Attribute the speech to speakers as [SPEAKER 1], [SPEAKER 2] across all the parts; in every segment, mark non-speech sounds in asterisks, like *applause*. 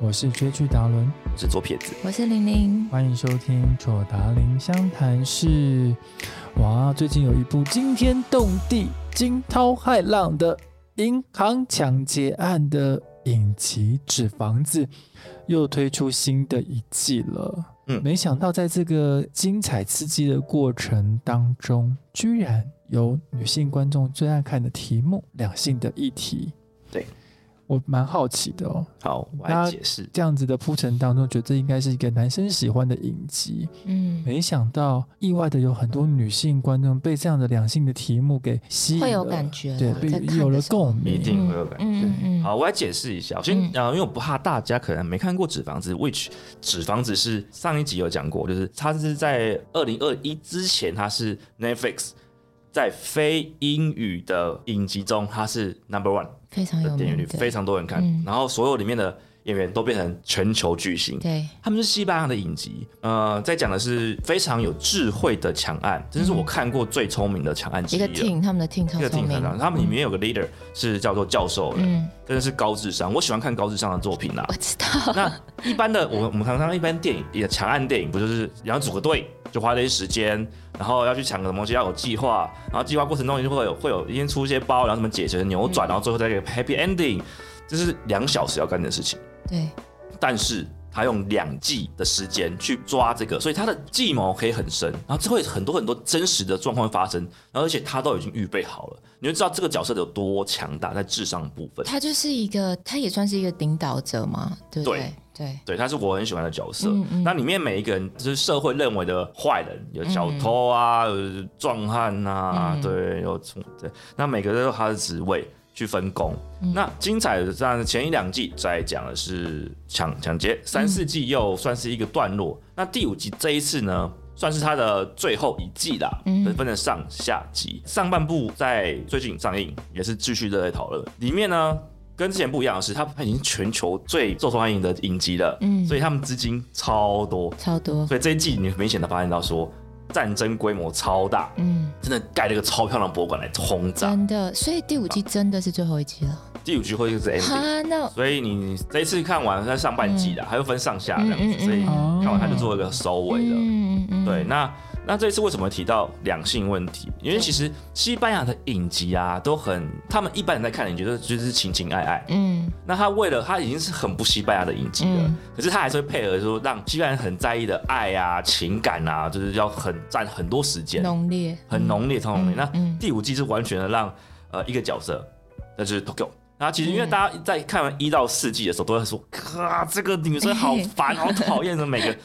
[SPEAKER 1] 我是追剧达伦，
[SPEAKER 2] 我是左撇子，
[SPEAKER 3] 我是玲玲。
[SPEAKER 1] 欢迎收听《左达林湘潭市》。哇，最近有一部惊天动地、惊涛骇浪的银行抢劫案的影集《纸房子》，又推出新的一季了。
[SPEAKER 2] 嗯
[SPEAKER 1] 没想到在这个精彩刺激的过程当中，居然有女性观众最爱看的题目——两性的议题。
[SPEAKER 2] 对，
[SPEAKER 1] 我蛮好奇的哦。
[SPEAKER 2] 好，我来
[SPEAKER 1] 那
[SPEAKER 2] 解释。
[SPEAKER 1] 这样子的铺陈当中，觉得这应该是一个男生喜欢的影集，
[SPEAKER 3] 嗯，
[SPEAKER 1] 没想到意外的有很多女性观众被这样的两性的题目给吸引了，
[SPEAKER 3] 会有感觉啦啊
[SPEAKER 1] 对，
[SPEAKER 3] 在看
[SPEAKER 1] 被
[SPEAKER 3] 的
[SPEAKER 1] 有了
[SPEAKER 3] 时候
[SPEAKER 1] 共
[SPEAKER 2] 一
[SPEAKER 1] 鸣。
[SPEAKER 3] 음.
[SPEAKER 2] 定会有感觉。
[SPEAKER 3] 嗯嗯，
[SPEAKER 2] 好，我来解释一下。我先
[SPEAKER 3] 嗯
[SPEAKER 2] 呃，因为我不怕大家可能没看过《纸房子》，which《纸房子》是上一集有讲过，就是它是在二零二一之前，它是 Netflix 在非英语的影集中，它是 number one
[SPEAKER 3] 非常
[SPEAKER 2] 的
[SPEAKER 3] 有
[SPEAKER 2] 点阅
[SPEAKER 3] 名
[SPEAKER 2] 率，
[SPEAKER 3] 的，
[SPEAKER 2] 非常多人看，
[SPEAKER 3] 哎嗯
[SPEAKER 2] 然后所有里面的演员都变成全球巨星。
[SPEAKER 3] 对，
[SPEAKER 2] 他们是西班牙的影集，呃，在讲的是非常有智慧的抢案，这是我看过最聪明的抢案之
[SPEAKER 3] 嗯一
[SPEAKER 2] 一了。
[SPEAKER 3] 个 team，他们的 team 超
[SPEAKER 2] 一个
[SPEAKER 3] 聪
[SPEAKER 2] 挺
[SPEAKER 3] 明
[SPEAKER 2] 很，难，他们里面有个 leader 是叫做教授的，
[SPEAKER 3] 嗯，
[SPEAKER 2] 真的是高智商。我喜欢看高智商的作品
[SPEAKER 3] *laughs*
[SPEAKER 2] 啦
[SPEAKER 3] 我。知道，
[SPEAKER 2] 那一般的，我们我们常常一般电影也强案电影，不就是你要组个队，就花这些时间，然后要去抢个什么东西，要有计划，然后计划过程中就会有会有先出一些包，然后怎么解决扭转，然后最后再给 happy ending，这是两小时要干的事情。
[SPEAKER 3] 对，
[SPEAKER 2] 但是他用两季的时间去抓这个，所以他的计谋可以很深，然后这会很多很多真实的状况发生，然后而且他都已经预备好了，你就知道这个角色有多强大在智商部分。
[SPEAKER 3] 他就是一个，他也算是一个领导者嘛，对不对？对，
[SPEAKER 2] 对，他是我很喜欢的角色。
[SPEAKER 3] 嗯嗯
[SPEAKER 2] 那里面每一个人，就是社会认为的坏人，有小偷啊，有壮汉啊，
[SPEAKER 3] 嗯
[SPEAKER 2] 对，有从对，那每个人都有他的职位去分工。
[SPEAKER 3] 嗯
[SPEAKER 2] 那精彩的像前一两季在讲的是抢抢劫，三
[SPEAKER 3] 嗯
[SPEAKER 2] 四季又算是一个段落。那第五季这一次呢？算是他的最后一季啦，
[SPEAKER 3] 嗯
[SPEAKER 2] 分分成上下集。上半部在最近上映，也是继续热烈讨论。里面呢，跟之前不一样的是，它它已经全球最受欢迎的影集了，
[SPEAKER 3] 嗯
[SPEAKER 2] 所以他们资金超多，
[SPEAKER 3] 超多，
[SPEAKER 2] 所以这一季你明显的发现到说，战争规模超大，
[SPEAKER 3] 嗯，
[SPEAKER 2] 真的盖了一个超漂亮的博物馆来轰炸。
[SPEAKER 3] 真的，所以第五季真的是最后一集了，
[SPEAKER 2] 第五集会就是 ending，
[SPEAKER 3] 哈，那
[SPEAKER 2] 所以你这一次看完它上半季的，它又分上下这样
[SPEAKER 3] 嗯嗯嗯
[SPEAKER 2] 子，
[SPEAKER 3] 嗯
[SPEAKER 2] 所以
[SPEAKER 1] 哦
[SPEAKER 2] 看完它就做一个收尾了。
[SPEAKER 3] 嗯嗯嗯，
[SPEAKER 2] 对，那那这次为什么会提到两性问题？因为其实西班牙的影集啊，都很他们一般人在看的影集，就是就是情情爱爱。
[SPEAKER 3] 嗯
[SPEAKER 2] 那他为了他已经是很不西班牙的影集了，
[SPEAKER 3] 嗯
[SPEAKER 2] 可是他还是会配合说让西班牙人很在意的爱啊、情感啊，就是要很占很多时间，
[SPEAKER 3] 浓烈，
[SPEAKER 2] 很浓烈、超浓烈。
[SPEAKER 3] 嗯
[SPEAKER 2] 那
[SPEAKER 3] 嗯
[SPEAKER 2] 第五季是完全的让呃一个角色，那就是 Tokyo。那其实
[SPEAKER 3] 嗯
[SPEAKER 2] 因为大家在看完一到四季的时候，都在说，啊，这个女生好烦，好讨厌的，每个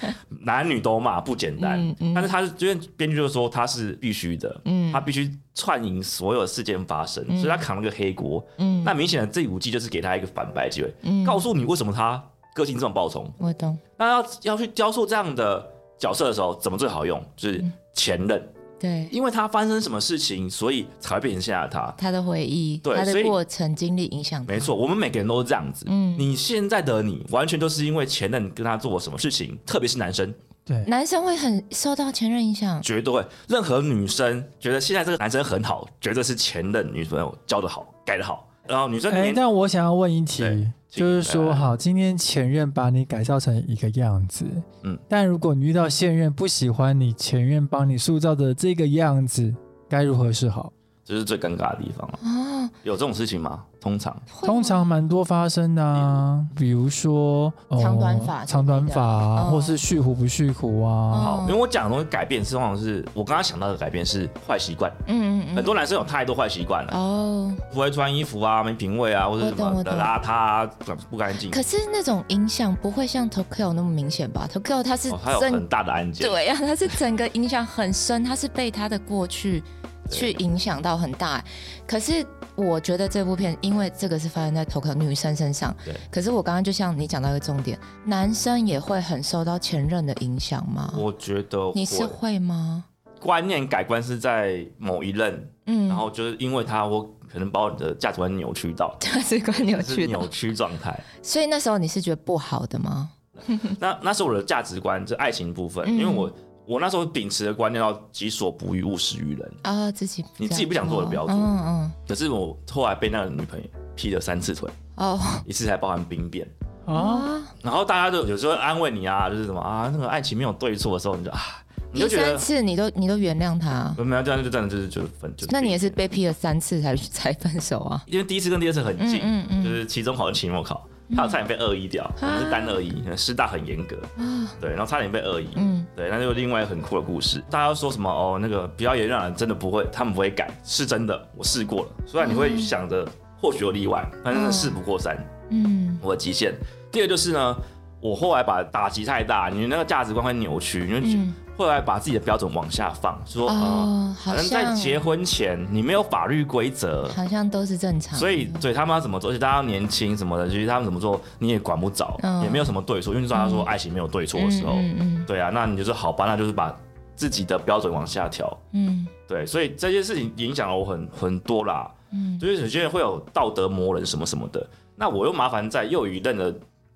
[SPEAKER 2] 男女都骂，不简单。
[SPEAKER 3] 嗯嗯
[SPEAKER 2] 但是他是因为编剧就说他是必须的，
[SPEAKER 3] 嗯
[SPEAKER 2] 他必须串赢所有事件发生，所以他扛了个黑锅。
[SPEAKER 3] 嗯
[SPEAKER 2] 那明显的这五季就是给他一个反白机会，
[SPEAKER 3] 嗯
[SPEAKER 2] 告诉你为什么他个性这么暴冲。
[SPEAKER 3] 我懂，
[SPEAKER 2] 那要要去雕塑这样的角色的时候，怎么最好用？就是
[SPEAKER 3] 嗯
[SPEAKER 2] 前任，
[SPEAKER 3] 对，
[SPEAKER 2] 因为他发生什么事情，所以才会变成现在的他。
[SPEAKER 3] 他的回忆，
[SPEAKER 2] 对
[SPEAKER 3] 他
[SPEAKER 2] 所
[SPEAKER 3] 的
[SPEAKER 2] 以
[SPEAKER 3] 过程经历影响他，
[SPEAKER 2] 没错，我们每个人都是这样子。
[SPEAKER 3] 嗯
[SPEAKER 2] 你现在的你，完全都是因为前任跟他做了什么事情，特别是男生，
[SPEAKER 1] 对，
[SPEAKER 3] 男生会很受到前任影响，
[SPEAKER 2] 绝对会。任何女生觉得现在这个男生很好，绝对是前任女朋友教的好，改的好。然后女生
[SPEAKER 1] 哎，
[SPEAKER 2] 年
[SPEAKER 1] 但我想要问一题
[SPEAKER 2] 对，
[SPEAKER 1] 就是
[SPEAKER 2] 请呃来
[SPEAKER 1] 说，
[SPEAKER 2] 来
[SPEAKER 1] 好，今天前任把你改造成一个样子，
[SPEAKER 2] 嗯，
[SPEAKER 1] 但如果你遇到现任不喜欢你前任帮你塑造的这个样子，该如何是好？
[SPEAKER 2] 这是最尴尬的地方了。
[SPEAKER 3] 哦，
[SPEAKER 2] 有这种事情吗？通常
[SPEAKER 3] 会吗嗯
[SPEAKER 1] 通常蛮多发生的、啊，比如说、哦
[SPEAKER 3] 长短发之类的
[SPEAKER 1] 长短发、啊，
[SPEAKER 3] 哦
[SPEAKER 1] 或是蓄胡不蓄胡啊。
[SPEAKER 2] 好，
[SPEAKER 3] 哦
[SPEAKER 2] 因为我讲的东西改变是往往是我刚刚想到的改变是坏习惯，
[SPEAKER 3] 嗯嗯
[SPEAKER 2] 很
[SPEAKER 3] 嗯，
[SPEAKER 2] 多男生有太多坏习惯了，
[SPEAKER 3] 哦，
[SPEAKER 2] 不会穿衣服啊，没品味啊，或者
[SPEAKER 3] 我
[SPEAKER 2] 什
[SPEAKER 3] 懂
[SPEAKER 2] 么
[SPEAKER 3] 我
[SPEAKER 2] 的
[SPEAKER 3] 懂
[SPEAKER 2] 邋遢啊，不干净。
[SPEAKER 3] 可是那种影响不会像 Tokyo 那么明显吧？Tokyo 它是
[SPEAKER 2] 哦，还有
[SPEAKER 3] 整、
[SPEAKER 2] 很大的案件，
[SPEAKER 3] 对呀、它是整个影响很深，它是被他的过去去影响到很大。可是我觉得这部片，因为这个是发生在 Tokyo 女生身上
[SPEAKER 2] 对，
[SPEAKER 3] 可是我刚刚就像你讲到一个重点，男生也会很受到前任的影响吗？
[SPEAKER 2] 我觉得
[SPEAKER 3] 你是
[SPEAKER 2] 会
[SPEAKER 3] 会吗？
[SPEAKER 2] 观念改观是在某一任，
[SPEAKER 3] 嗯，
[SPEAKER 2] 然
[SPEAKER 3] *laughs*
[SPEAKER 2] 后就是因为他，我可能把我的价值观扭曲到，
[SPEAKER 3] 价值观扭
[SPEAKER 2] 是
[SPEAKER 3] 曲的
[SPEAKER 2] 扭曲状
[SPEAKER 3] *laughs*
[SPEAKER 2] 态。
[SPEAKER 3] 所以那时候你是觉得不好的吗？
[SPEAKER 2] 那那是我的价值观，这爱情部分，
[SPEAKER 3] 嗯
[SPEAKER 2] 因为我我那时候秉持的观念到己所不欲，勿施于人。
[SPEAKER 3] 啊、自己
[SPEAKER 2] 你自己不想做的不要做
[SPEAKER 3] 嗯嗯，
[SPEAKER 2] 可是我后来被那个女朋友劈了三次腿，
[SPEAKER 3] 哦，
[SPEAKER 2] 一次还包含兵变，
[SPEAKER 1] 啊，
[SPEAKER 3] 啊，
[SPEAKER 2] 然后大家就有时候安慰你啊，就是什么啊，那个爱情没有对错的时候，你就啊，你就
[SPEAKER 3] 第
[SPEAKER 2] 觉
[SPEAKER 3] 三
[SPEAKER 2] 得
[SPEAKER 3] 次你都你都原谅他，
[SPEAKER 2] 没有这样就真的就是就是分就。
[SPEAKER 3] 那你也是被批了三次才才分手啊？
[SPEAKER 2] 因为第一次跟第二次很近，
[SPEAKER 3] 嗯嗯嗯嗯
[SPEAKER 2] 就是期中考跟期末考，还有差点被恶意掉，我们是单恶意，师大很严格，对，然后差点被恶意，
[SPEAKER 3] 啊嗯
[SPEAKER 2] 对，那就另外一个很酷的故事。大家都说什么哦，那个不要也让人真的不会，他们不会改，是真的，我试过了。虽然你会想着或许有例外，但真的事不过三，
[SPEAKER 3] 嗯
[SPEAKER 2] 我的极限。第二个就是呢，我后来把打击太大，你那个价值观会扭曲，你会觉
[SPEAKER 3] 嗯
[SPEAKER 2] 后来把自己的标准往下放，说呃
[SPEAKER 3] 哦，好
[SPEAKER 2] 反正在
[SPEAKER 3] 像
[SPEAKER 2] 结婚前你没有法律规则，
[SPEAKER 3] 好像都是正常的，
[SPEAKER 2] 所以对他们要怎么做，而且大家年轻什么的，其实他们怎么做你也管不着，
[SPEAKER 3] 嗯
[SPEAKER 2] 也没有什么对错，因为就算他说爱情没有对错的时候，
[SPEAKER 3] 嗯嗯
[SPEAKER 2] 对啊，那你就是好吧，那就是把自己的标准往下调。
[SPEAKER 3] 嗯
[SPEAKER 2] 对，所以这件事情影响了我很很多啦，
[SPEAKER 3] 嗯
[SPEAKER 2] 就是有些人会有道德魔人什么什么的，那我又麻烦在又有一任的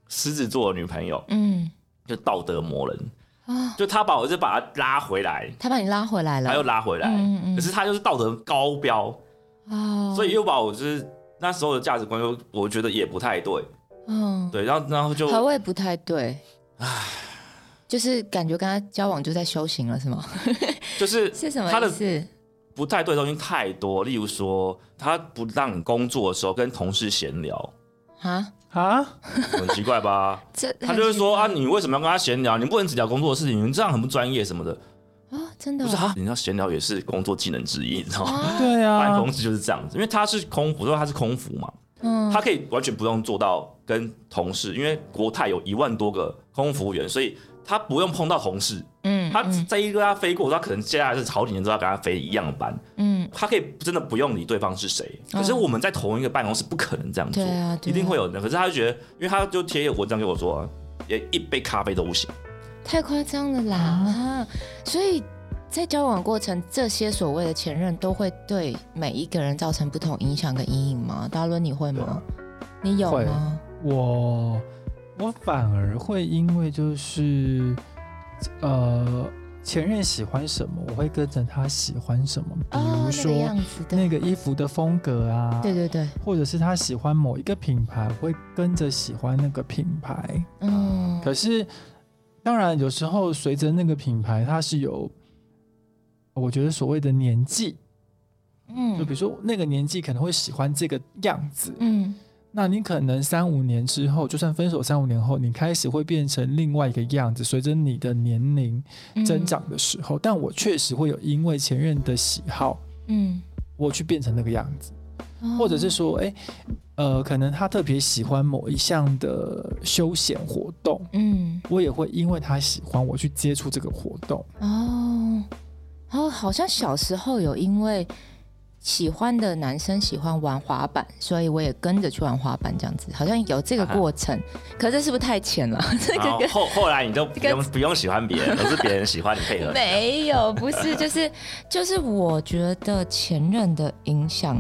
[SPEAKER 2] 狮子座的女朋友，
[SPEAKER 3] 嗯
[SPEAKER 2] 就道德魔人，
[SPEAKER 3] 嗯啊，
[SPEAKER 2] 就她把我就把她拉回来，
[SPEAKER 3] 他把你拉回来了，
[SPEAKER 2] 她又拉回来，
[SPEAKER 3] 嗯嗯
[SPEAKER 2] 可是她就是道德高标，
[SPEAKER 3] 哦，
[SPEAKER 2] 所以又把我就是那时候的价值观又我觉得也不太对，
[SPEAKER 3] 嗯，
[SPEAKER 2] 对，然后然后就
[SPEAKER 3] 何谓不太对？就是感觉跟他交往就在修行了，是吗？ *laughs*
[SPEAKER 2] 就是
[SPEAKER 3] 是什么
[SPEAKER 2] 他的
[SPEAKER 3] 意思？
[SPEAKER 2] 不太对的东西太多，例如说他不让你工作的时候跟同事闲聊，
[SPEAKER 3] 啊，
[SPEAKER 1] 啊，
[SPEAKER 2] 很奇怪吧？
[SPEAKER 3] 这
[SPEAKER 2] 他就会说啊，你为什么要跟他闲聊？你不能只聊工作的事情，你这样很不专业什么的。
[SPEAKER 3] 啊，真的
[SPEAKER 2] 不
[SPEAKER 3] 哦
[SPEAKER 2] 是啊，你知道闲聊也是工作技能之一，你知道吗？
[SPEAKER 3] 啊，
[SPEAKER 1] 对
[SPEAKER 2] 办
[SPEAKER 1] 啊
[SPEAKER 2] 公，室就是这样子，因为他是空服，说他是空服嘛，
[SPEAKER 3] 嗯，
[SPEAKER 2] 他可以完全不用做到跟同事，因为国泰有一万多个空服务员，所以他不用碰到同事，
[SPEAKER 3] 嗯
[SPEAKER 2] 他
[SPEAKER 3] 嗯
[SPEAKER 2] 在一个他飞过，他可能接下来是好几年之后要跟他飞一样的班，
[SPEAKER 3] 嗯
[SPEAKER 2] 他可以真的不用理对方是谁，
[SPEAKER 3] 哦
[SPEAKER 2] 可是我们在同一个办公室不可能这样做，
[SPEAKER 3] 对啊对啊
[SPEAKER 2] 一定会有人。可是他就觉得，因为他就贴一个文章给我说、啊，连一杯咖啡都不行。
[SPEAKER 3] 太夸张了啦、啊！所以在交往过程，这些所谓的前任都会对每一个人造成不同影响跟阴影吗？达伦，你会吗？你有
[SPEAKER 1] 会
[SPEAKER 3] 吗？
[SPEAKER 1] 我我反而会因为就是呃前任喜欢什么，我会跟着他喜欢什么，比
[SPEAKER 3] 哦，
[SPEAKER 1] 如
[SPEAKER 3] 那个
[SPEAKER 1] 说
[SPEAKER 3] 样子的，
[SPEAKER 1] 那个衣服的风格啊，
[SPEAKER 3] 对对对，
[SPEAKER 1] 或者是他喜欢某一个品牌，我会跟着喜欢那个品牌。
[SPEAKER 3] 嗯，
[SPEAKER 1] 啊可是，当然有时候随着那个品牌，它是有，我觉得所谓的年纪，就
[SPEAKER 3] 嗯
[SPEAKER 1] 比如说那个年纪可能会喜欢这个样子，
[SPEAKER 3] 嗯
[SPEAKER 1] 那你可能三五年之后，就算分手三五年后，你开始会变成另外一个样子。随着你的年龄
[SPEAKER 3] 嗯
[SPEAKER 1] 增，长的时候，但我确实会有因为前任的喜好，
[SPEAKER 3] 嗯，
[SPEAKER 1] 我去变成那个样子。
[SPEAKER 3] 哦
[SPEAKER 1] 或者是说，哎、呃，可能他特别喜欢某一项的休闲活动，
[SPEAKER 3] 嗯
[SPEAKER 1] 我也会因为他喜欢我去接触这个活动。
[SPEAKER 3] 哦哦，好像小时候有因为。喜欢的男生喜欢玩滑板，所以我也跟着去玩滑板，这样子好像有这个
[SPEAKER 1] 啊
[SPEAKER 3] 过程。可是是不是太浅了？ *laughs* 这
[SPEAKER 2] 然
[SPEAKER 3] 个
[SPEAKER 2] 后
[SPEAKER 3] 跟
[SPEAKER 2] 后后来你就不用不用喜欢别人，而是别人喜欢你
[SPEAKER 3] *laughs*
[SPEAKER 2] 配合你。
[SPEAKER 3] 没有，不是，就是 *laughs* 就是，我觉得前任的影响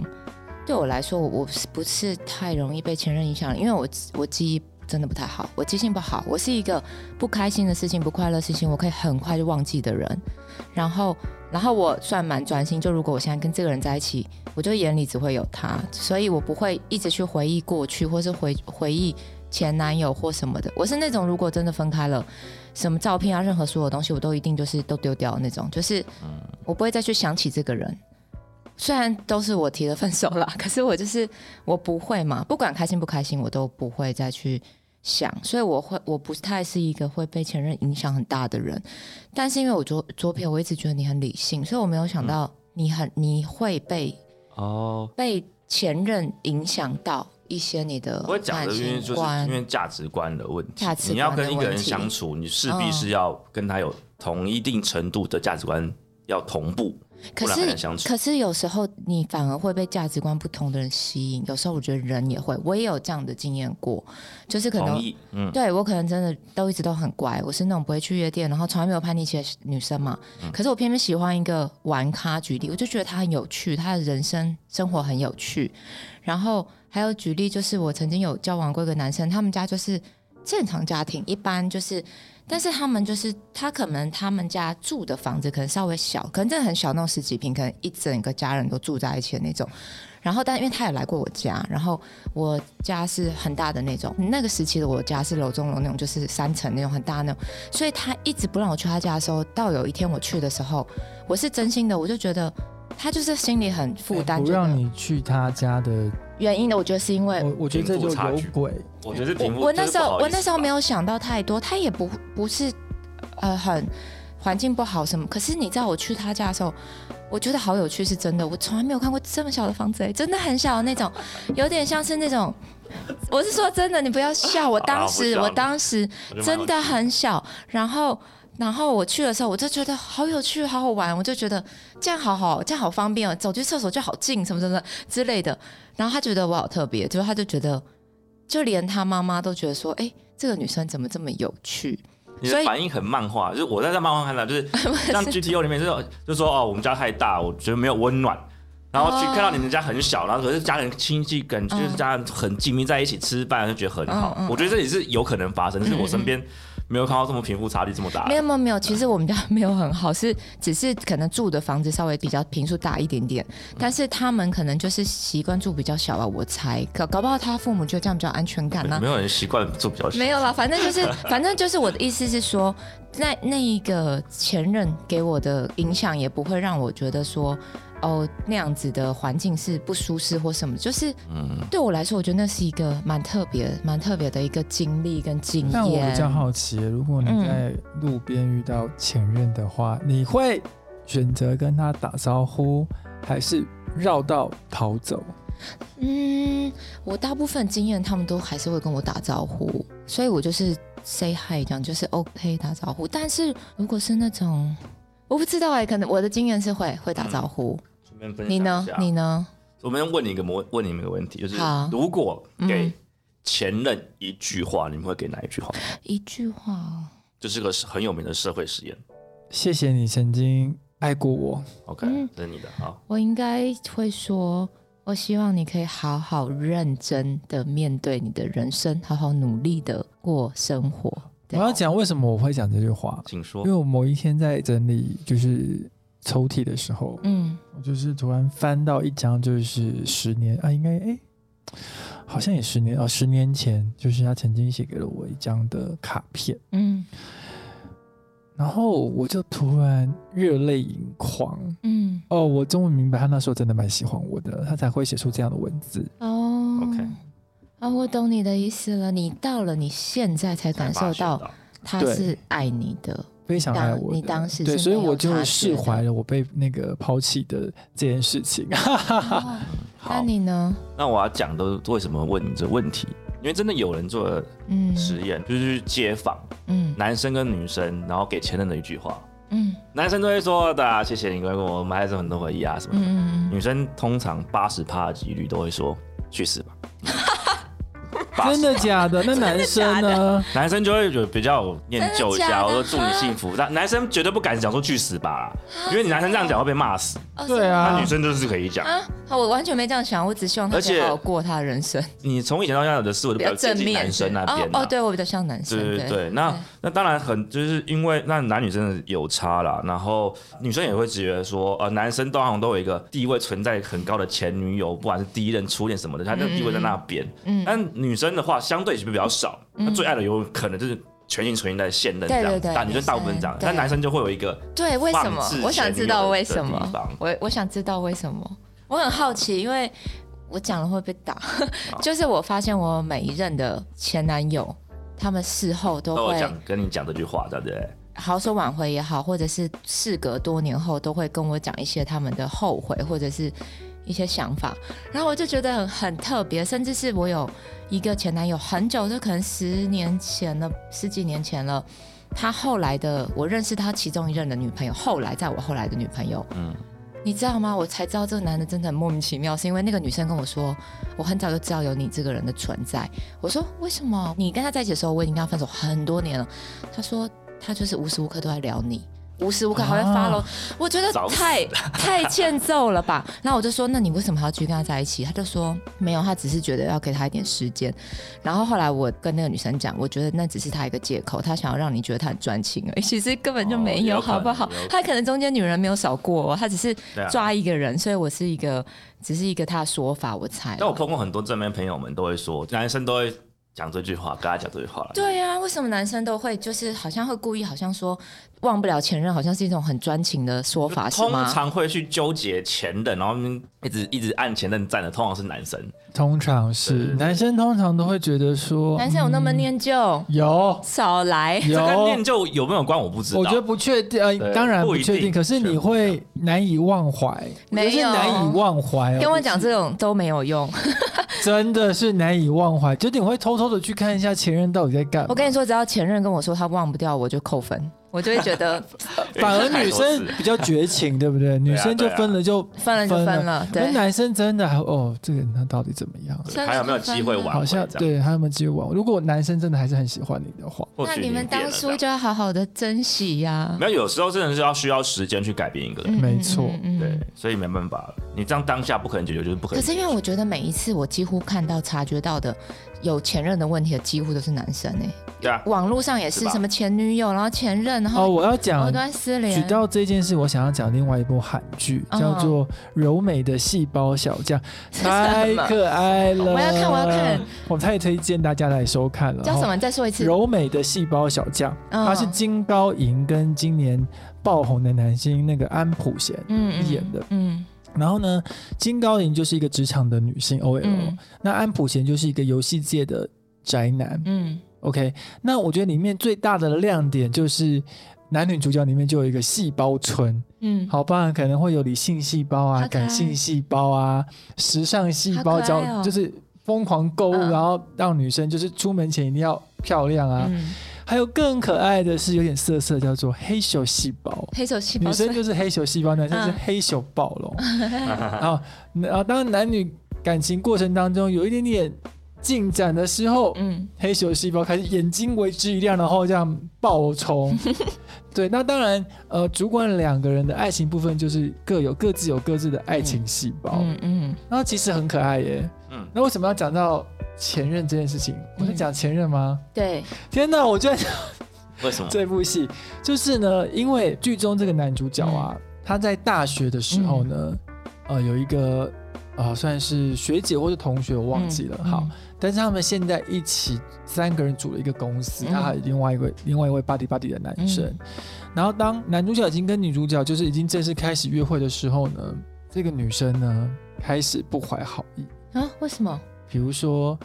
[SPEAKER 3] 对我来说，我我是不是太容易被前任影响？因为我我记忆真的不太好，我记性不好，我是一个不开心的事情、不快乐的事情，我可以很快就忘记的人。然后，然后我算蛮专心，就如果我现在跟这个人在一起，我就眼里只会有他，所以我不会一直去回忆过去，或是回回忆前男友或什么的。我是那种如果真的分开了。什么照片啊，任何所有东西，我都一定就是都丢掉那种，就是
[SPEAKER 2] 嗯
[SPEAKER 3] 我不会再去想起这个人。虽然都是我提的分手啦， *laughs* 可是我就是我不会嘛，不管开心不开心，我都不会再去想，所以我会我不太是一个会被前任影响很大的人。但是因为我左左撇，我一直觉得你很理性，所以我没有想到
[SPEAKER 2] 嗯
[SPEAKER 3] 你很你会被
[SPEAKER 2] 哦，
[SPEAKER 3] 被前任影响到一些你的
[SPEAKER 2] 我会讲
[SPEAKER 3] 感
[SPEAKER 2] 的，因为
[SPEAKER 3] 情
[SPEAKER 2] 就是
[SPEAKER 3] 观啊
[SPEAKER 2] 因。为价值观的问题
[SPEAKER 3] 价值，观的
[SPEAKER 2] 你要跟一个
[SPEAKER 3] 问
[SPEAKER 2] 人
[SPEAKER 3] 题
[SPEAKER 2] 相处，你势必
[SPEAKER 3] 嗯
[SPEAKER 2] 是要跟他有同一定程度的价值观要同步，
[SPEAKER 3] 可
[SPEAKER 2] 不然很难相
[SPEAKER 3] 是，
[SPEAKER 2] 处
[SPEAKER 3] 可是有时候你反而会被价值观不同的人吸引。有时候我觉得人也会，我也有这样的经验过，就是可
[SPEAKER 2] 同
[SPEAKER 3] 能
[SPEAKER 2] 意，嗯，
[SPEAKER 3] 对我可能真的都一直都很乖，我是那种不会去夜店，然后从来没有叛逆期的女生嘛。
[SPEAKER 2] 嗯
[SPEAKER 3] 可是我偏偏喜欢一个玩咖，举例，我就觉得她很有趣，她的人生生活很有趣。然后还有举例，就是我曾经有交往过一个男生，他们家就是正常家庭一般就是，但是他们就是他可能他们家住的房子可能稍微小，可能真的很小，那种十几平，可能一整个家人都住在一起的那种。然后，但因为他也来过我家，然后我家是很大的那种，那个时期的我家是楼中楼那种，就是三层那种很大那种，所以他一直不让我去他家的时候，到有一天我去的时候，我是真心的，我就觉得他就是心里很负担，
[SPEAKER 1] 不
[SPEAKER 3] 觉得
[SPEAKER 1] 哎让你去他家的，
[SPEAKER 3] 原因的，我觉得是因为
[SPEAKER 1] 我我觉得这就有鬼。
[SPEAKER 2] 我觉得是
[SPEAKER 3] 我
[SPEAKER 2] 平复
[SPEAKER 3] 我那时候我那时候没
[SPEAKER 2] 有，
[SPEAKER 3] 有想到太多，他也不不是呃很环境不好什么。可是你知道我去他家的时候，我觉得好有趣，是真的，我从来没有看过这么小的房子、哎，真的很小的那种，有点像是那种。我是说真的，你不要笑。我当时，
[SPEAKER 2] *laughs* 好啦我知道
[SPEAKER 3] 我当时
[SPEAKER 2] 我就蛮
[SPEAKER 3] 真
[SPEAKER 2] 好
[SPEAKER 3] 的
[SPEAKER 2] 奇
[SPEAKER 3] 很小。然后，然后我去的时候，我就觉得好有趣，好好玩。我就觉得这样好好，这样好方便哦，走去厕所就好近，什么什么之类的。然后他觉得我好特别，就是他就觉得，就连他妈妈都觉得说，哎、这个女生怎么这么有趣？
[SPEAKER 2] 你
[SPEAKER 3] 所
[SPEAKER 2] 的
[SPEAKER 3] 以
[SPEAKER 2] 反应很漫画，就是我在在漫画看到，
[SPEAKER 3] *laughs*
[SPEAKER 2] 就是像 GTO 里面就是就说哦，我们家太大，我觉得没有温暖。然后去
[SPEAKER 3] 哦
[SPEAKER 2] 看到你们家很小，然后可是家人亲戚感就是
[SPEAKER 3] 嗯
[SPEAKER 2] 家人很紧密在一起吃饭，就觉得很好
[SPEAKER 3] 嗯嗯。
[SPEAKER 2] 我觉得这也是有可能发生，但是我身
[SPEAKER 3] 嗯嗯
[SPEAKER 2] 边没有看到这么贫富差距这么大
[SPEAKER 3] 没。有没有没有，其实我们家没有很好，是只是可能住的房子稍微比较平数大一点点，但是他们可能就是习惯住比较小吧，啊我猜搞搞不好他父母就这样比较安全感啊呢、
[SPEAKER 2] 没有人习惯做比较小
[SPEAKER 3] 没有啦，反正就是反正就是我的意思是说，那那一个前任给我的影响也不会让我觉得说。哦，那样子的环境是不舒适或什么，就是
[SPEAKER 2] 嗯，
[SPEAKER 3] 对我来说，我觉得那是一个蛮特别、蛮特别的一个经历跟经
[SPEAKER 1] 但我比较
[SPEAKER 3] 验。
[SPEAKER 1] 好奇，如果你
[SPEAKER 3] 嗯
[SPEAKER 1] 在路边遇到前任的话，你会选择跟他打招呼，还是绕道逃走？
[SPEAKER 3] 嗯，我大部分经验他们都还是会跟我打招呼，所以我就是 say hi 这样，就是 OK 打招呼。但是如果是那种，我不知道哎、可能我的经验是会会打招呼。
[SPEAKER 2] 顺便分享
[SPEAKER 3] 你呢
[SPEAKER 2] 一下？
[SPEAKER 3] 你呢？
[SPEAKER 2] 我们问你一个问问你们一个问题，就是
[SPEAKER 3] 好
[SPEAKER 2] 如果给
[SPEAKER 3] 嗯
[SPEAKER 2] 前任一句话，你们会给哪一句话？
[SPEAKER 3] 一句话哦，
[SPEAKER 2] 这是个很有名的社会实验。
[SPEAKER 1] 谢谢你曾经爱过我，
[SPEAKER 2] OK，
[SPEAKER 3] 嗯
[SPEAKER 2] 这是你的好。
[SPEAKER 3] 我应该会说，我希望你可以好好认真的面对你的人生，好好努力的过生活。
[SPEAKER 1] 我
[SPEAKER 3] 对
[SPEAKER 1] 要讲为什么我会讲这句话，
[SPEAKER 2] 请说
[SPEAKER 1] 因为。我某一天在整理就是抽屉的时候，
[SPEAKER 3] 嗯
[SPEAKER 1] 我就是突然翻到一张，就是十年啊，应该哎、好像也十年哦，十年前，就是他曾经写给了我一张的卡片，
[SPEAKER 3] 嗯
[SPEAKER 1] 然后我就突然热泪盈眶。
[SPEAKER 3] 嗯，
[SPEAKER 1] 哦，我终于明白他那时候真的蛮喜欢我的，他才会写出这样的文字。
[SPEAKER 3] 哦
[SPEAKER 2] OK
[SPEAKER 3] 啊，我懂你的意思了。你到了你现在才感受到他
[SPEAKER 1] 对
[SPEAKER 3] 是爱你的，
[SPEAKER 1] 非常爱我的，
[SPEAKER 3] 当你当时是
[SPEAKER 1] 对，所以
[SPEAKER 3] 没有
[SPEAKER 1] 我就
[SPEAKER 3] 察觉
[SPEAKER 1] 释
[SPEAKER 3] 的
[SPEAKER 1] 怀了我被那个抛弃的这件事情。啊
[SPEAKER 3] *laughs* 哦那
[SPEAKER 2] 好，
[SPEAKER 3] 你呢？
[SPEAKER 2] 那我要讲的为什么问你这问题，因为真的有人做了
[SPEAKER 3] 嗯
[SPEAKER 2] 实验，就是去街访
[SPEAKER 3] 嗯
[SPEAKER 2] 男生跟女生，然后给前任的一句话，
[SPEAKER 3] 嗯
[SPEAKER 2] 男生都会说的、啊，谢谢你跟我，我们还是很多回忆啊什
[SPEAKER 3] 嗯
[SPEAKER 2] 么的。
[SPEAKER 3] 嗯嗯，
[SPEAKER 2] 女生通常八十趴的几率都会说去死
[SPEAKER 3] *laughs*
[SPEAKER 2] 吧。
[SPEAKER 1] 真的假的？那男生呢？
[SPEAKER 2] 男生就会有比较有念旧一
[SPEAKER 3] 真的假
[SPEAKER 2] 下，
[SPEAKER 3] 的
[SPEAKER 2] 我说祝你幸福。但男生绝对不敢讲说去死吧，因为你男生这样讲会被骂死。
[SPEAKER 3] 哦
[SPEAKER 1] 对啊
[SPEAKER 2] 那女生就是可以讲。
[SPEAKER 3] 啊，好我完全没这样想，我只希望他
[SPEAKER 2] 而
[SPEAKER 3] 可以
[SPEAKER 2] 且
[SPEAKER 3] 好好过他的人生。
[SPEAKER 2] 你从以前到现在有的事，我都
[SPEAKER 3] 比
[SPEAKER 2] 比
[SPEAKER 3] 较
[SPEAKER 2] 较
[SPEAKER 3] 正
[SPEAKER 2] 接近
[SPEAKER 3] 面
[SPEAKER 2] 男生那边啊
[SPEAKER 3] 哦哦，对我比较像男生，
[SPEAKER 2] 对
[SPEAKER 3] 对
[SPEAKER 2] 对对，那
[SPEAKER 3] 对
[SPEAKER 2] 那当然很就是因为那男女真的有差啦，然后女生也会觉得说，呃，男生都好像都有一个地位存在很高的前女友，不管是第一任、初恋什么的，他那个地位在那边。
[SPEAKER 3] 嗯
[SPEAKER 2] 但女生的话，相对是比较少，
[SPEAKER 3] 嗯
[SPEAKER 2] 那最爱的有可能就是全心全意在现任这
[SPEAKER 3] 对
[SPEAKER 2] 样
[SPEAKER 3] 对对
[SPEAKER 2] 子，但女生大部分这样，
[SPEAKER 3] 对
[SPEAKER 2] 但男生就会有一个
[SPEAKER 3] 对，为什么
[SPEAKER 2] 放置？
[SPEAKER 3] 我想知道为什
[SPEAKER 2] 前女友的地
[SPEAKER 3] 么
[SPEAKER 2] 方，
[SPEAKER 3] 我我想知道为什么，我很好奇，因为我讲了会被打， *laughs* 就是我发现我每一任的前男友，他们事后都
[SPEAKER 2] 都有
[SPEAKER 3] 会
[SPEAKER 2] 讲跟你讲这句话，对不对？
[SPEAKER 3] 好说挽回也好，或者是事隔多年后都会跟我讲一些他们的后悔或者是一些想法，然后我就觉得很很特别，甚至是我有一个前男友很久，就可能十年前了，十几年前了。他后来的，我认识他其中一任的女朋友，后来在我后来的女朋友，
[SPEAKER 2] 嗯，
[SPEAKER 3] 你知道吗？我才知道这个男的真的很莫名其妙，是因为那个女生跟我说，我很早就知道有你这个人的存在。我说为什么？你跟他在一起的时候，我已经跟他分手很多年了。他说他就是无时无刻都在聊你，无时无刻还会
[SPEAKER 1] 啊
[SPEAKER 3] 发了、我觉得
[SPEAKER 2] 找死
[SPEAKER 3] 太太欠揍了吧。 *laughs* 然后我就说，那你为什么还要继续跟他在一起？他就说没有，他只是觉得要给他一点时间。然后后来我跟那个女生讲，我觉得那只是他一个借口，他想要让你觉得他很专情而已， *laughs* 其实根本就
[SPEAKER 2] 哦
[SPEAKER 3] 没
[SPEAKER 2] 有
[SPEAKER 3] 有，
[SPEAKER 2] 可能
[SPEAKER 3] 好不好
[SPEAKER 2] 有可能？
[SPEAKER 3] 他可能中间女人没有少过、哦，他只是
[SPEAKER 2] 对啊
[SPEAKER 3] 抓一个人，所以我是一个只是一个他的说法，我猜啦。
[SPEAKER 2] 但我碰过很多正面朋友们都会说，男生都会讲这句话，跟他讲这句话了。
[SPEAKER 3] 对呀、为什么男生都会就是好像会故意好像说忘不了前任，好像是一种很专情的说法是
[SPEAKER 2] 通
[SPEAKER 3] 吗？
[SPEAKER 2] 常会去纠结前任，然后一直一直按前任站的，通常是男生。
[SPEAKER 1] 通常
[SPEAKER 2] 对
[SPEAKER 1] 是
[SPEAKER 2] 对对
[SPEAKER 1] 男生通常都会觉得说，
[SPEAKER 3] 男生有那么
[SPEAKER 1] 嗯
[SPEAKER 3] 念旧？
[SPEAKER 1] 有
[SPEAKER 3] 少来！
[SPEAKER 2] 这跟
[SPEAKER 1] 有
[SPEAKER 2] 念，旧有没有关我不知道。
[SPEAKER 1] 我
[SPEAKER 2] *laughs*
[SPEAKER 1] 觉得不确定，呃，
[SPEAKER 2] 对
[SPEAKER 1] 当然
[SPEAKER 2] 不
[SPEAKER 1] 不
[SPEAKER 2] 一
[SPEAKER 1] 确定，
[SPEAKER 2] 定
[SPEAKER 1] 可是你会难以忘怀，
[SPEAKER 3] 没有
[SPEAKER 1] 我觉得是难以忘怀哦，
[SPEAKER 3] 跟我讲这种都没有 *laughs* 用。
[SPEAKER 1] 真的是难以忘怀，就是你会偷偷的去看一下前任到底在干嘛，
[SPEAKER 3] 我跟你说，只要前任跟我说他忘不掉，我就扣 *laughs* 分，我就会觉得
[SPEAKER 1] 反而女生比较绝情，对不
[SPEAKER 2] 啊
[SPEAKER 1] 对？女生就分了就
[SPEAKER 3] 分了就分了。
[SPEAKER 1] 那
[SPEAKER 3] 对，
[SPEAKER 1] 男生真的还哦，这个人他到底怎么样？
[SPEAKER 3] 真
[SPEAKER 2] *laughs*
[SPEAKER 3] 的
[SPEAKER 2] 还有没有机会
[SPEAKER 3] 是分啊了
[SPEAKER 2] 挽
[SPEAKER 1] 好
[SPEAKER 2] 回这
[SPEAKER 1] 像
[SPEAKER 2] 样？
[SPEAKER 1] 对还有没有机会玩？如果男生真的还是很喜欢你的话，
[SPEAKER 2] 或
[SPEAKER 3] 那
[SPEAKER 2] 许
[SPEAKER 3] 你们
[SPEAKER 2] 变了
[SPEAKER 3] 当初
[SPEAKER 2] 这样
[SPEAKER 3] 就要好好的珍惜呀、
[SPEAKER 2] 没有，有时候真的是要需要时间去改变一个人。
[SPEAKER 3] 嗯
[SPEAKER 1] 没错
[SPEAKER 3] 嗯
[SPEAKER 2] 对，所以没办法，你这样当下不可能解决，就是不可
[SPEAKER 3] 可
[SPEAKER 2] 能
[SPEAKER 3] 是
[SPEAKER 2] 解决。
[SPEAKER 3] 因为我觉得每一次我几乎看到、察觉到的有前任的问题的，几乎都是男生哎、
[SPEAKER 2] 对啊，
[SPEAKER 3] 网络上也是
[SPEAKER 2] 是吧
[SPEAKER 3] 什么前女友，然后前任，然
[SPEAKER 1] 哦，
[SPEAKER 3] 后
[SPEAKER 1] 我要讲
[SPEAKER 3] 藕断丝
[SPEAKER 1] 举
[SPEAKER 3] 连。 *laughs*
[SPEAKER 1] 到这件事，我想要讲另外一部韩剧，
[SPEAKER 3] 嗯
[SPEAKER 1] 叫做《柔美的细胞小将》，
[SPEAKER 3] 是
[SPEAKER 1] 太
[SPEAKER 3] 什么
[SPEAKER 1] 可爱了！
[SPEAKER 3] 我要看我要看，
[SPEAKER 1] 我太推荐大家来收看了。哦
[SPEAKER 3] 叫什么？你再说一次。
[SPEAKER 1] 柔美的细胞小将，
[SPEAKER 3] 嗯
[SPEAKER 1] 他是金高银跟今年爆红的男星那个安普贤。
[SPEAKER 3] 嗯嗯
[SPEAKER 1] 演的
[SPEAKER 3] 嗯
[SPEAKER 1] 然后呢，金高银就是一个职场的女性 OL，、
[SPEAKER 3] 嗯
[SPEAKER 1] 那安普贤就是一个游戏界的宅男。
[SPEAKER 3] 嗯
[SPEAKER 1] OK，那我觉得里面最大的亮点就是男女主角里面就有一个细胞村，
[SPEAKER 3] 嗯，
[SPEAKER 1] 好吧，可能会有理性细胞啊、
[SPEAKER 3] 好可爱
[SPEAKER 1] 感性细胞啊、时尚细胞，
[SPEAKER 3] 好可爱哦
[SPEAKER 1] 就是疯狂购物，
[SPEAKER 3] 嗯
[SPEAKER 1] 然后让女生就是出门前一定要漂亮啊。
[SPEAKER 3] 嗯，
[SPEAKER 1] 还有更可爱的是有点色色，叫做黑球细胞。
[SPEAKER 3] 黑手细
[SPEAKER 1] 女
[SPEAKER 3] 胞
[SPEAKER 1] 生就是黑球细胞，男生是
[SPEAKER 3] 嗯
[SPEAKER 1] 黑球暴
[SPEAKER 3] *laughs*
[SPEAKER 1] 龙。然后，然后当男女感情过程当中有一点点进展的时候，
[SPEAKER 3] 嗯
[SPEAKER 1] 黑球细胞开始眼睛为之一亮，然后这样爆
[SPEAKER 3] *laughs*
[SPEAKER 1] 冲。对，那当然，呃，主管两个人的爱情部分就是各有各自有各自的爱情细胞，
[SPEAKER 3] 嗯嗯，
[SPEAKER 1] 然后其实很可爱耶。
[SPEAKER 2] 嗯，
[SPEAKER 1] 那为什么要讲到前任这件事情？我在讲前任吗？
[SPEAKER 3] 对，
[SPEAKER 1] 天哪，我居然
[SPEAKER 2] 为什么？
[SPEAKER 1] 这部戏就是呢，因为剧中这个男主角啊，
[SPEAKER 3] 嗯
[SPEAKER 1] 他在大学的时候呢，呃，有一个呃，算是学姐或是同学，我忘记了。
[SPEAKER 3] 嗯
[SPEAKER 1] 好，，但是他们现在一起三个人组了一个公司，
[SPEAKER 3] 嗯
[SPEAKER 1] 他还有另外一位另外一位 buddy buddy 的男生。然后当男主角已经跟女主角就是已经正式开始约会的时候呢，这个女生呢开始不怀好意，
[SPEAKER 3] 嗯啊，为什么？
[SPEAKER 1] 比如说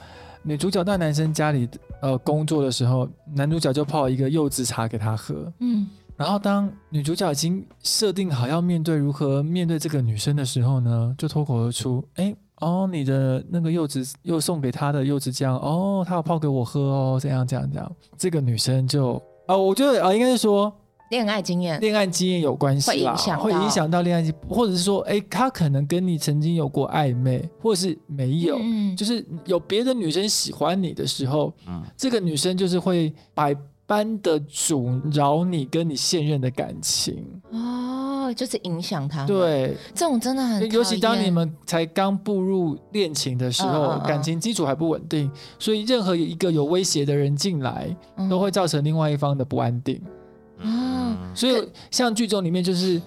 [SPEAKER 1] 女主角到男生家里呃工作的时候，男主角就泡一个柚子茶给她喝。
[SPEAKER 3] 嗯
[SPEAKER 1] 然后当女主角已经设定好要面对如何面对这个女生的时候呢，就脱口而出：“哎，哦，你的那个柚子又送给她的柚子酱，哦，她要泡给我喝哦，这样这样这样。”这个女生就。哦，我觉得啊、呃应该是说
[SPEAKER 3] 恋爱经验，
[SPEAKER 1] 恋爱经验有关系啦，
[SPEAKER 3] 会影响到
[SPEAKER 1] 会影响到恋爱经，或者是说，哎，她可能跟你曾经有过暧昧，或者是没有，
[SPEAKER 3] 嗯，
[SPEAKER 1] 就是有别的女生喜欢你的时候，
[SPEAKER 2] 嗯，
[SPEAKER 1] 这个女生就是会百般的阻挠你跟你现任的感情，
[SPEAKER 3] 哦，就是影响他，，
[SPEAKER 1] 对，
[SPEAKER 3] 这种真的嗯很讨厌，
[SPEAKER 1] 尤其当你们才刚步入恋情的时候，
[SPEAKER 3] 嗯嗯嗯
[SPEAKER 1] 感情基础还不稳定，所以任何一个有威胁的人进来，
[SPEAKER 3] 嗯
[SPEAKER 1] 都会造成另外一方的不安定。
[SPEAKER 3] 啊
[SPEAKER 2] 嗯，
[SPEAKER 1] 所以像剧中里面就是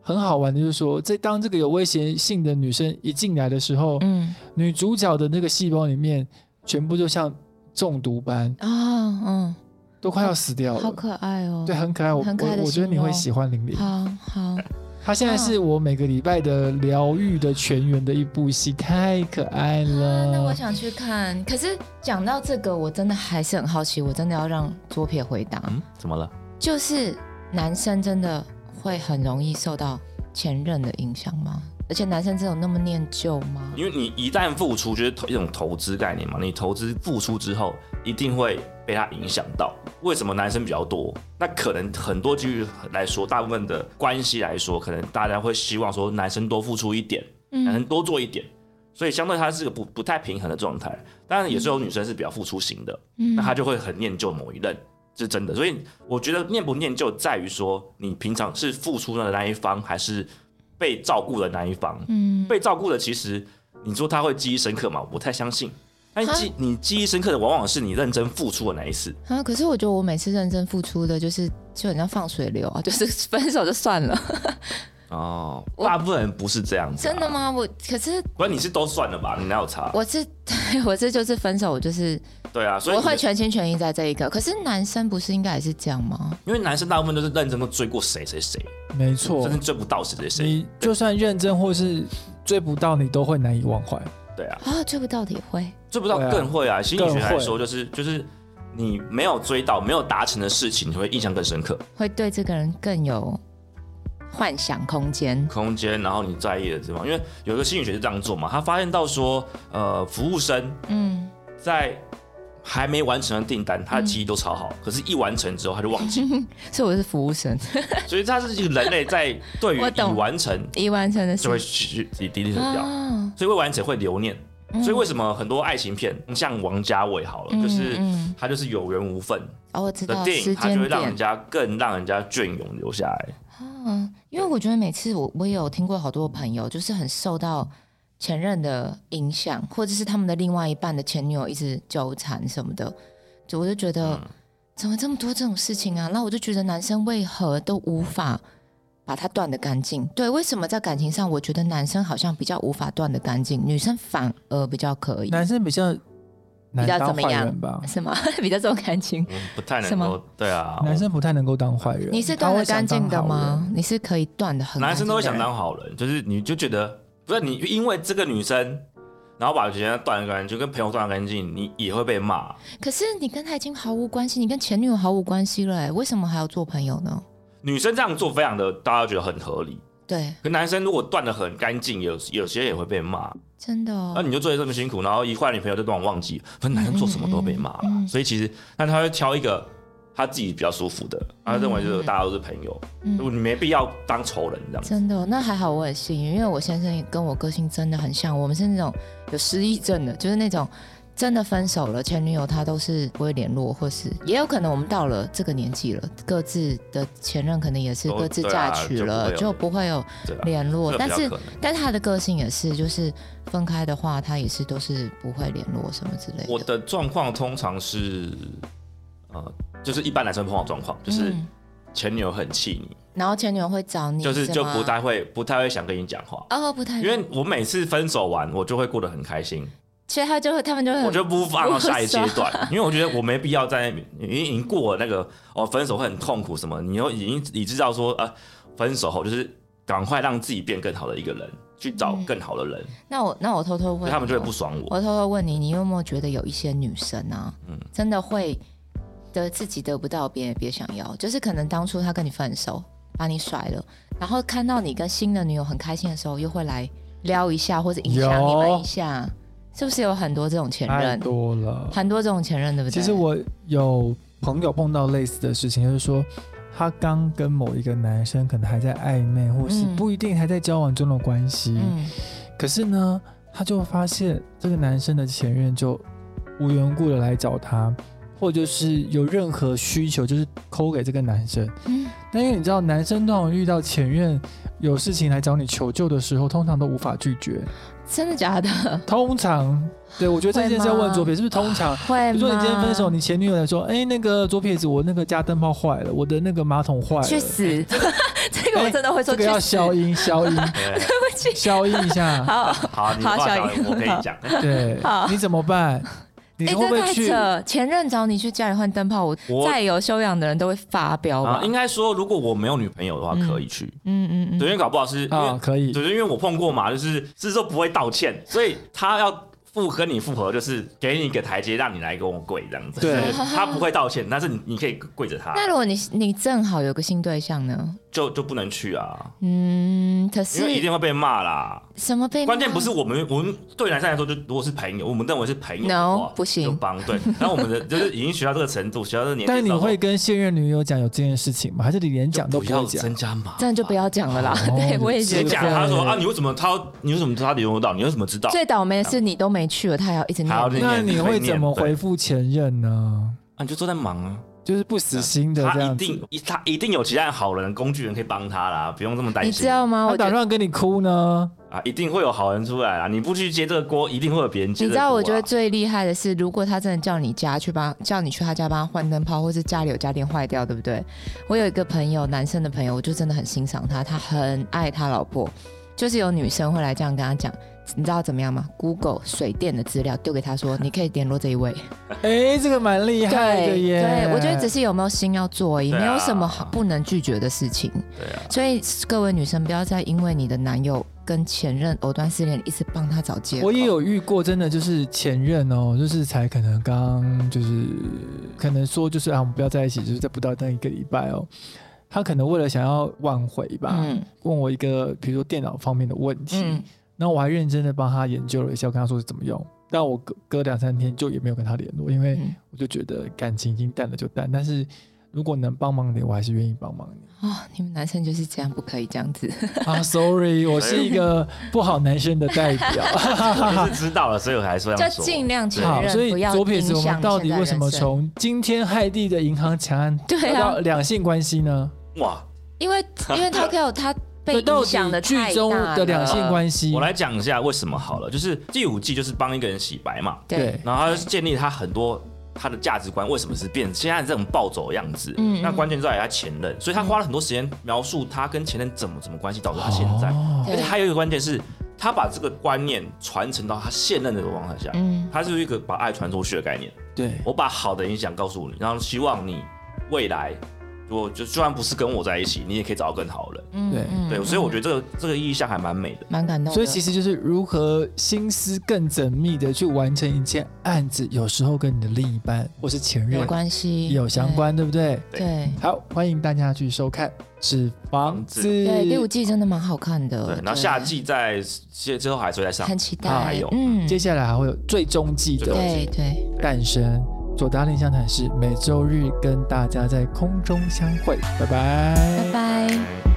[SPEAKER 1] 很好玩的，就是说，在当这个有威胁性的女生一进来的时候，
[SPEAKER 3] 嗯
[SPEAKER 1] 女主角的那个细胞里面全部就像中毒般，
[SPEAKER 3] 啊
[SPEAKER 1] 都快要死掉
[SPEAKER 3] 嗯，好
[SPEAKER 1] 了。
[SPEAKER 3] 可爱哦，
[SPEAKER 1] 对，，很可爱，我
[SPEAKER 3] 很可爱的
[SPEAKER 1] 我我觉得你
[SPEAKER 3] 形
[SPEAKER 1] 会
[SPEAKER 3] 容
[SPEAKER 1] 喜欢玲玲。
[SPEAKER 3] 好啊好，
[SPEAKER 1] 她现在是我每个礼拜的疗愈的全员的一部戏，太可爱
[SPEAKER 3] 啊，那
[SPEAKER 1] 了。
[SPEAKER 3] 我想去看。可是讲到这个，我真的还是很好奇，我真的要让左撇回答，
[SPEAKER 2] 嗯，怎么了？
[SPEAKER 3] 就是男生真的会很容易受到前任的影响吗？而且男生真的有那么念旧吗？
[SPEAKER 2] 因为你一旦付出，就是投一种投资概念嘛。你投资付出之后，一定会被它影响到。为什么男生比较多？那可能很多几率来说，大部分的关系来说，可能大家会希望说男生多付出一点，男生多做一点。所以相对它是个不不太平衡的状态。当然，也是有女生是比较付出型的，
[SPEAKER 3] 嗯
[SPEAKER 2] 那她就会很念旧某一任。是真的。所以我觉得念不念旧在于说你平常是付出的那一方，还是被照顾的那一方。
[SPEAKER 3] 嗯，
[SPEAKER 2] 被照顾的其实你说他会记忆深刻吗？我不太相信。但
[SPEAKER 3] 哈
[SPEAKER 2] 记你记忆深刻的往往是你认真付出的那一次。
[SPEAKER 3] 啊，可是我觉得我每次认真付出的就是就很像放水流啊，就是 *laughs* 分手就算了，
[SPEAKER 2] 哦，大部分人不是这样子、啊
[SPEAKER 3] 真的？吗？我可是
[SPEAKER 2] 不然你是都算了吧？你哪有差？
[SPEAKER 3] 我是 *laughs* 对我这就是分手，我就是
[SPEAKER 2] 对啊，所以
[SPEAKER 3] 我
[SPEAKER 2] 你的
[SPEAKER 3] 会全心全意在这一个。可是男生不是应该也是这样吗？
[SPEAKER 2] 因为男生大部分都是认真都追过谁谁谁，
[SPEAKER 1] 没错
[SPEAKER 2] 甚至，追不到谁谁
[SPEAKER 3] 嗯
[SPEAKER 2] 谁。
[SPEAKER 1] 你就算认真或是追不到，你都会难以忘怀。
[SPEAKER 2] 对啊，
[SPEAKER 3] 啊，追不到的也会，
[SPEAKER 2] 追不到
[SPEAKER 1] 对啊
[SPEAKER 2] 更会啊。心理学
[SPEAKER 1] 更会
[SPEAKER 2] 来说，就是就是你没有追到、没有达成的事情，你会印象更深刻。
[SPEAKER 3] 会对这个人更有幻想空间。
[SPEAKER 2] 空间，然后你在意的地方，因为有一个心理学是这样做嘛，他发现到说，呃，服务生
[SPEAKER 3] 嗯，
[SPEAKER 2] 在还没完成的订单，他的记忆都超好，
[SPEAKER 3] 嗯
[SPEAKER 2] 可是一完成之后他就忘
[SPEAKER 3] *laughs*
[SPEAKER 2] 记，
[SPEAKER 3] 所以我是服务生， *laughs*
[SPEAKER 2] 所以他是一个人类在对于
[SPEAKER 3] 我懂
[SPEAKER 2] 已完成
[SPEAKER 3] 已完成的事
[SPEAKER 2] 就会去去低低很掉，
[SPEAKER 3] 啊，
[SPEAKER 2] 所以未完成会留念。所以为什么很多爱情片，像王家卫好了，
[SPEAKER 3] 嗯
[SPEAKER 2] 就是
[SPEAKER 3] 嗯
[SPEAKER 2] 他就是有缘无分
[SPEAKER 3] 哦，我知
[SPEAKER 2] 的
[SPEAKER 3] 道
[SPEAKER 2] 电
[SPEAKER 3] 时
[SPEAKER 2] 影，他就会
[SPEAKER 3] 间
[SPEAKER 2] 让人
[SPEAKER 3] 点
[SPEAKER 2] 家更让人家隽永留下来。
[SPEAKER 3] 啊，因为我觉得每次我我也有听过好多朋友，就是很受到前任的影响，或者是他们的另外一半的前女友一直纠缠什么的，就我就觉
[SPEAKER 1] 嗯
[SPEAKER 3] 得、怎么这么多这种事情啊？那我就觉得男生为何都无法把它断得干净？对，为什么在感情上，我觉得男生好像比较无法断得干净，女生反而比较可以，
[SPEAKER 1] 男生比较难
[SPEAKER 3] 较
[SPEAKER 1] 当
[SPEAKER 3] 怎么
[SPEAKER 1] 坏
[SPEAKER 3] 样
[SPEAKER 1] 人吧？
[SPEAKER 3] 是吗？ *laughs* 比较重感情。
[SPEAKER 2] 我们嗯不太
[SPEAKER 3] 什
[SPEAKER 2] 能
[SPEAKER 3] 么
[SPEAKER 2] 够，对啊，
[SPEAKER 1] 男生不太能够当坏人，
[SPEAKER 3] 你是
[SPEAKER 1] 他
[SPEAKER 3] 断
[SPEAKER 1] 会
[SPEAKER 3] 得
[SPEAKER 1] 想
[SPEAKER 3] 干净
[SPEAKER 1] 当
[SPEAKER 3] 的
[SPEAKER 1] 好
[SPEAKER 3] 吗
[SPEAKER 1] 人？？
[SPEAKER 3] 你是可以断的很干
[SPEAKER 2] 男
[SPEAKER 3] 净
[SPEAKER 2] 生
[SPEAKER 3] 的
[SPEAKER 2] 都会想
[SPEAKER 3] 人
[SPEAKER 2] 当好人，就是你就觉得不是你因为这个女生，然后把人家断了干净，就跟朋友断了干净，你也会被骂。
[SPEAKER 3] 可是你跟他已经毫无关系，你跟前女友毫无关系了，哎，为什么还要做朋友呢？
[SPEAKER 2] 女生这样做非常的，大家觉得很合理。
[SPEAKER 3] 对，
[SPEAKER 2] 可男生如果断的很干净，有有些也会被骂。
[SPEAKER 3] 真的
[SPEAKER 2] 那、
[SPEAKER 3] 哦。
[SPEAKER 2] 啊你就做的这么辛苦，然后一换女朋友就突然忘记，可是男生做什么都被骂了。
[SPEAKER 3] 嗯嗯嗯
[SPEAKER 2] 所以其实，但他会挑一个他自己比较舒服的，他认为就是大家都是朋友，
[SPEAKER 3] 嗯
[SPEAKER 2] 你没必要当仇人这样子。
[SPEAKER 3] 真的哦、那还好，我很幸运，因为我先生也跟我个性真的很像，我们是那种有失忆症的，就是那种真的分手了，前女友她都是不会联络，或是也有可能我们到了这个年纪了，各自的前任可能也是
[SPEAKER 2] 都
[SPEAKER 3] 各自
[SPEAKER 2] 对
[SPEAKER 3] 嫁
[SPEAKER 2] 啊
[SPEAKER 3] 娶
[SPEAKER 2] 就不
[SPEAKER 3] 了，
[SPEAKER 2] 会有
[SPEAKER 3] 就不会有
[SPEAKER 2] 对啊，
[SPEAKER 3] 联络，
[SPEAKER 2] 这比
[SPEAKER 3] 但
[SPEAKER 2] 较
[SPEAKER 3] 是
[SPEAKER 2] 可能
[SPEAKER 3] 但他的个性也是，就是分开的话，他也是都是不会联络什么之类的。
[SPEAKER 2] 我的状况通常是，呃，就是一般男生碰到的状况，就是
[SPEAKER 3] 嗯
[SPEAKER 2] 前女友很气你，
[SPEAKER 3] 然后前女友会找你，
[SPEAKER 2] 就是就
[SPEAKER 3] 吗
[SPEAKER 2] 不太会不太会想跟你讲话。
[SPEAKER 3] 哦，不太，
[SPEAKER 2] 因为我每次分手完，我就会过得很开心，
[SPEAKER 3] 所以他就会他们就会
[SPEAKER 2] 我就不放到下一阶
[SPEAKER 3] 嗯我
[SPEAKER 2] 段，因为我觉得我没必要在那边，因为已经过了那个哦，分手会很痛苦什么，你又已经已知道说呃，分手后就是赶快让自己变更好的一个人，去找更好的人，
[SPEAKER 3] 那我那我偷偷
[SPEAKER 2] 所
[SPEAKER 3] 问
[SPEAKER 2] 以
[SPEAKER 3] 你
[SPEAKER 2] 他们就会
[SPEAKER 3] 哦
[SPEAKER 2] 不爽我。
[SPEAKER 3] 我偷偷问你，你有没有觉得有一些女生啊，
[SPEAKER 2] 嗯
[SPEAKER 3] 真的会得自己得不到，别人也别想要，就是可能当初她跟你分手，把你甩了，然后看到你跟新的女友很开心的时候，又会来撩一下或者影响你
[SPEAKER 1] 有
[SPEAKER 3] 们一下，是不是有很多这种前
[SPEAKER 1] 太
[SPEAKER 3] 任？
[SPEAKER 1] 多了。
[SPEAKER 3] 很多这种前任，对不对？
[SPEAKER 1] 其实我有朋友碰到类似的事情，就是说他刚跟某一个男生可能还在暧昧，或是
[SPEAKER 3] 嗯
[SPEAKER 1] 不一定还在交往中的关系，
[SPEAKER 3] 嗯，
[SPEAKER 1] 可是呢，他就发现这个男生的前任就无缘无故的来找他，或者就是有任何需求，就是抠给这个男生。
[SPEAKER 3] 嗯
[SPEAKER 1] 但因为你知道，男生通常遇到前任有事情来找你求救的时候，通常都无法拒绝。
[SPEAKER 3] 真的
[SPEAKER 1] *laughs*
[SPEAKER 3] 假的？
[SPEAKER 1] 通常，对我觉得这件事要
[SPEAKER 3] 会吗
[SPEAKER 1] 问左撇，是不是通常？
[SPEAKER 3] 会吗？
[SPEAKER 1] 比如说你今天分手，你前女友来说，哎、那个左撇子，我那个加灯泡坏了，我的那个马桶坏了，
[SPEAKER 3] 去死！ *laughs* 这个我真的会说
[SPEAKER 1] 哎这
[SPEAKER 3] 去
[SPEAKER 1] 个要
[SPEAKER 3] 死。
[SPEAKER 1] 消音，消
[SPEAKER 3] *laughs*
[SPEAKER 1] 音，
[SPEAKER 2] 对，
[SPEAKER 1] 消音一下，
[SPEAKER 3] 好，
[SPEAKER 2] 好，你
[SPEAKER 3] 好
[SPEAKER 2] 话
[SPEAKER 3] 小
[SPEAKER 2] 讲
[SPEAKER 3] 英
[SPEAKER 2] 我可以
[SPEAKER 3] 好
[SPEAKER 2] 讲，
[SPEAKER 1] 对
[SPEAKER 3] 好，
[SPEAKER 1] 你怎么办？你
[SPEAKER 3] 哎、
[SPEAKER 1] 会
[SPEAKER 3] 这
[SPEAKER 1] 不会
[SPEAKER 3] 太
[SPEAKER 1] 去？
[SPEAKER 3] 扯！前任找你去家里换灯泡，我
[SPEAKER 2] 我
[SPEAKER 3] 再有修养的人都会发飙吧？
[SPEAKER 2] 啊，应该说如果我没有女朋友的话，可以去，
[SPEAKER 3] 嗯嗯嗯，
[SPEAKER 2] 对，因为搞不好是因为
[SPEAKER 1] 啊，可以，
[SPEAKER 2] 就是因为我碰过嘛，就是是说不会道歉，所以他要复跟你复合，就是给你一个台阶，让你来跟我跪这样子。
[SPEAKER 1] 对
[SPEAKER 2] 就是他不会道歉，但是你你可以跪着他，
[SPEAKER 3] 那如果你你正好有个新对象呢？
[SPEAKER 2] 就就不能去啊，
[SPEAKER 3] 嗯，可
[SPEAKER 2] 因为一
[SPEAKER 3] 是
[SPEAKER 2] 定会被骂啦。
[SPEAKER 3] 什么被骂
[SPEAKER 2] 关键不是我们，我们对男生来说，就如果是朋友，我们认为是朋友的
[SPEAKER 3] No，
[SPEAKER 2] 话
[SPEAKER 3] 不行
[SPEAKER 2] 就帮对。然后我们的就是已经学到这个程度，学到这个年纪
[SPEAKER 1] 但
[SPEAKER 2] 之
[SPEAKER 1] 你
[SPEAKER 2] 后，
[SPEAKER 1] 会跟现任女友讲有这件事情吗？还是你连
[SPEAKER 2] 就
[SPEAKER 1] 讲都
[SPEAKER 2] 不
[SPEAKER 1] 不
[SPEAKER 2] 要
[SPEAKER 1] 会讲？
[SPEAKER 2] 增加麻烦，
[SPEAKER 3] 真的就不要讲了啦。
[SPEAKER 1] 哦
[SPEAKER 3] 对，我也
[SPEAKER 1] 你
[SPEAKER 3] 觉
[SPEAKER 2] 直接
[SPEAKER 3] 得
[SPEAKER 2] 讲。
[SPEAKER 1] 对
[SPEAKER 2] 他说啊，你为什么他，你为什么他联络到，你为什么知道？
[SPEAKER 3] 最倒霉的是你都没去了，他还要一直念
[SPEAKER 2] 还要
[SPEAKER 3] 你
[SPEAKER 2] 念
[SPEAKER 1] 那你会怎么
[SPEAKER 2] 对
[SPEAKER 1] 回复前任呢？
[SPEAKER 2] 啊，你就都在忙啊。
[SPEAKER 1] 就是不死心的这
[SPEAKER 2] 他一
[SPEAKER 1] 样子
[SPEAKER 3] 哦
[SPEAKER 2] 定。一他一定有其他好人工具人可以帮他啦，不用这么担
[SPEAKER 3] 你
[SPEAKER 2] 心。
[SPEAKER 3] 知道吗？
[SPEAKER 1] 他
[SPEAKER 3] 我觉
[SPEAKER 1] 打
[SPEAKER 3] 得，
[SPEAKER 1] 算跟你哭呢，
[SPEAKER 2] 啊，一定会有好人出来啊！你不去接这个锅，一定会有别人接
[SPEAKER 3] 你
[SPEAKER 2] 这个
[SPEAKER 3] 知
[SPEAKER 2] 锅啊、
[SPEAKER 3] 道，我觉得最厉害的是，如果他真的叫你家去帮，叫你去他家帮他换灯泡，或是家里有家电坏掉，对不对？我有一个朋友，男生的朋友，我就真的很欣赏他，他很爱他老婆，就是有女生会来这样跟他讲。你知道怎么样吗？Google 水电的资料丢给他说，你可以联络这一位。
[SPEAKER 1] 哎，这个蛮厉害的耶。
[SPEAKER 3] 对，我觉得只是有没有心要做而已，
[SPEAKER 2] 对啊
[SPEAKER 3] 没有什么好不能拒绝的事情。
[SPEAKER 2] 对啊，
[SPEAKER 3] 所以各位女生，不要再因为你的男友跟前任藕断丝连，一直帮他找借口。
[SPEAKER 1] 我也有遇过，真的就是前任哦，就是才可能刚就是可能说就是啊，我们不要在一起，就是在不到那一个礼拜哦，他可能为了想要挽回吧，
[SPEAKER 3] 嗯
[SPEAKER 1] 问我一个比如说电脑方面的问题，
[SPEAKER 3] 嗯，
[SPEAKER 1] 那我还认真的帮他研究了一下，我跟他说是怎么用。但我隔隔两三天就也没有跟他联络，因为
[SPEAKER 3] 嗯
[SPEAKER 1] 我就觉得感情已经淡了就淡。但是如果能帮忙你，我还是愿意帮忙
[SPEAKER 3] *laughs*
[SPEAKER 1] 你
[SPEAKER 3] 哦，你们男生就是这样，不可以这样子。
[SPEAKER 1] 啊。Sorry，我是一 *laughs*
[SPEAKER 3] *laughs*
[SPEAKER 1] 个不好男生的代表。
[SPEAKER 2] 我就是知道了，所以我才说这
[SPEAKER 3] 就
[SPEAKER 2] 样说。
[SPEAKER 3] 尽量承
[SPEAKER 1] 好，
[SPEAKER 3] 认，
[SPEAKER 1] 所以
[SPEAKER 3] 不要
[SPEAKER 1] 左撇
[SPEAKER 3] 影
[SPEAKER 1] 子，我们
[SPEAKER 3] 响
[SPEAKER 1] 到
[SPEAKER 3] 现
[SPEAKER 1] 底
[SPEAKER 3] 在
[SPEAKER 1] 为什
[SPEAKER 3] 人
[SPEAKER 1] 么
[SPEAKER 3] 生？
[SPEAKER 1] 从惊天骇地的银行强案
[SPEAKER 3] 对
[SPEAKER 1] 跳
[SPEAKER 3] 啊
[SPEAKER 1] 到两性关系呢？
[SPEAKER 2] 哇，
[SPEAKER 3] 因 *laughs* 为因为 Tokyo 他被
[SPEAKER 1] 对到
[SPEAKER 3] 影
[SPEAKER 1] 底
[SPEAKER 3] 响的
[SPEAKER 1] 剧中的两性关系，
[SPEAKER 2] 我来讲一下为什么好了，就是第五季就是帮一个人洗白嘛，
[SPEAKER 3] 对
[SPEAKER 1] 对，
[SPEAKER 2] 然后他建立他很多他的价值观为什么是变现在这种暴走样子。
[SPEAKER 3] 嗯嗯
[SPEAKER 2] 那关键在于他前任，所以他花了很多时间描述他跟前任怎么怎么关系，导致他现在。
[SPEAKER 1] 哦
[SPEAKER 3] 对
[SPEAKER 2] 而且还有一个关键是，他把这个观念传承到他现任的状态下，
[SPEAKER 3] 嗯
[SPEAKER 2] 他是一个把爱传出去的概念。
[SPEAKER 1] 对
[SPEAKER 2] 我把好的影响告诉你，然后希望你未来，我就就算不是跟我在一起，你也可以找到更好的人。
[SPEAKER 3] 嗯
[SPEAKER 1] 对
[SPEAKER 3] 嗯
[SPEAKER 2] 对，所以我觉
[SPEAKER 3] 得
[SPEAKER 2] 得这个这个意向还蛮美的。
[SPEAKER 3] 蛮感动的。
[SPEAKER 1] 所以其实就是如何心思更缜密的去完成一件案子，有时候跟你的另一半或是前
[SPEAKER 3] 有
[SPEAKER 1] 任
[SPEAKER 3] 关系，
[SPEAKER 1] 有相关，对不对？
[SPEAKER 3] 对。对
[SPEAKER 1] 好，欢迎大家去收看《纸房子》
[SPEAKER 3] 对，第五季真的蛮好看的。
[SPEAKER 2] 对，然后下季在现之后还是会再上
[SPEAKER 3] 嗯很。期待，
[SPEAKER 1] 啊
[SPEAKER 2] 还有
[SPEAKER 3] 嗯，
[SPEAKER 1] 接下来还会有最终季的
[SPEAKER 2] 最终季
[SPEAKER 3] 对对，
[SPEAKER 1] 诞生。左达林相谈室每周日跟大家在空中相会，拜拜
[SPEAKER 3] 拜拜。
[SPEAKER 2] 嗯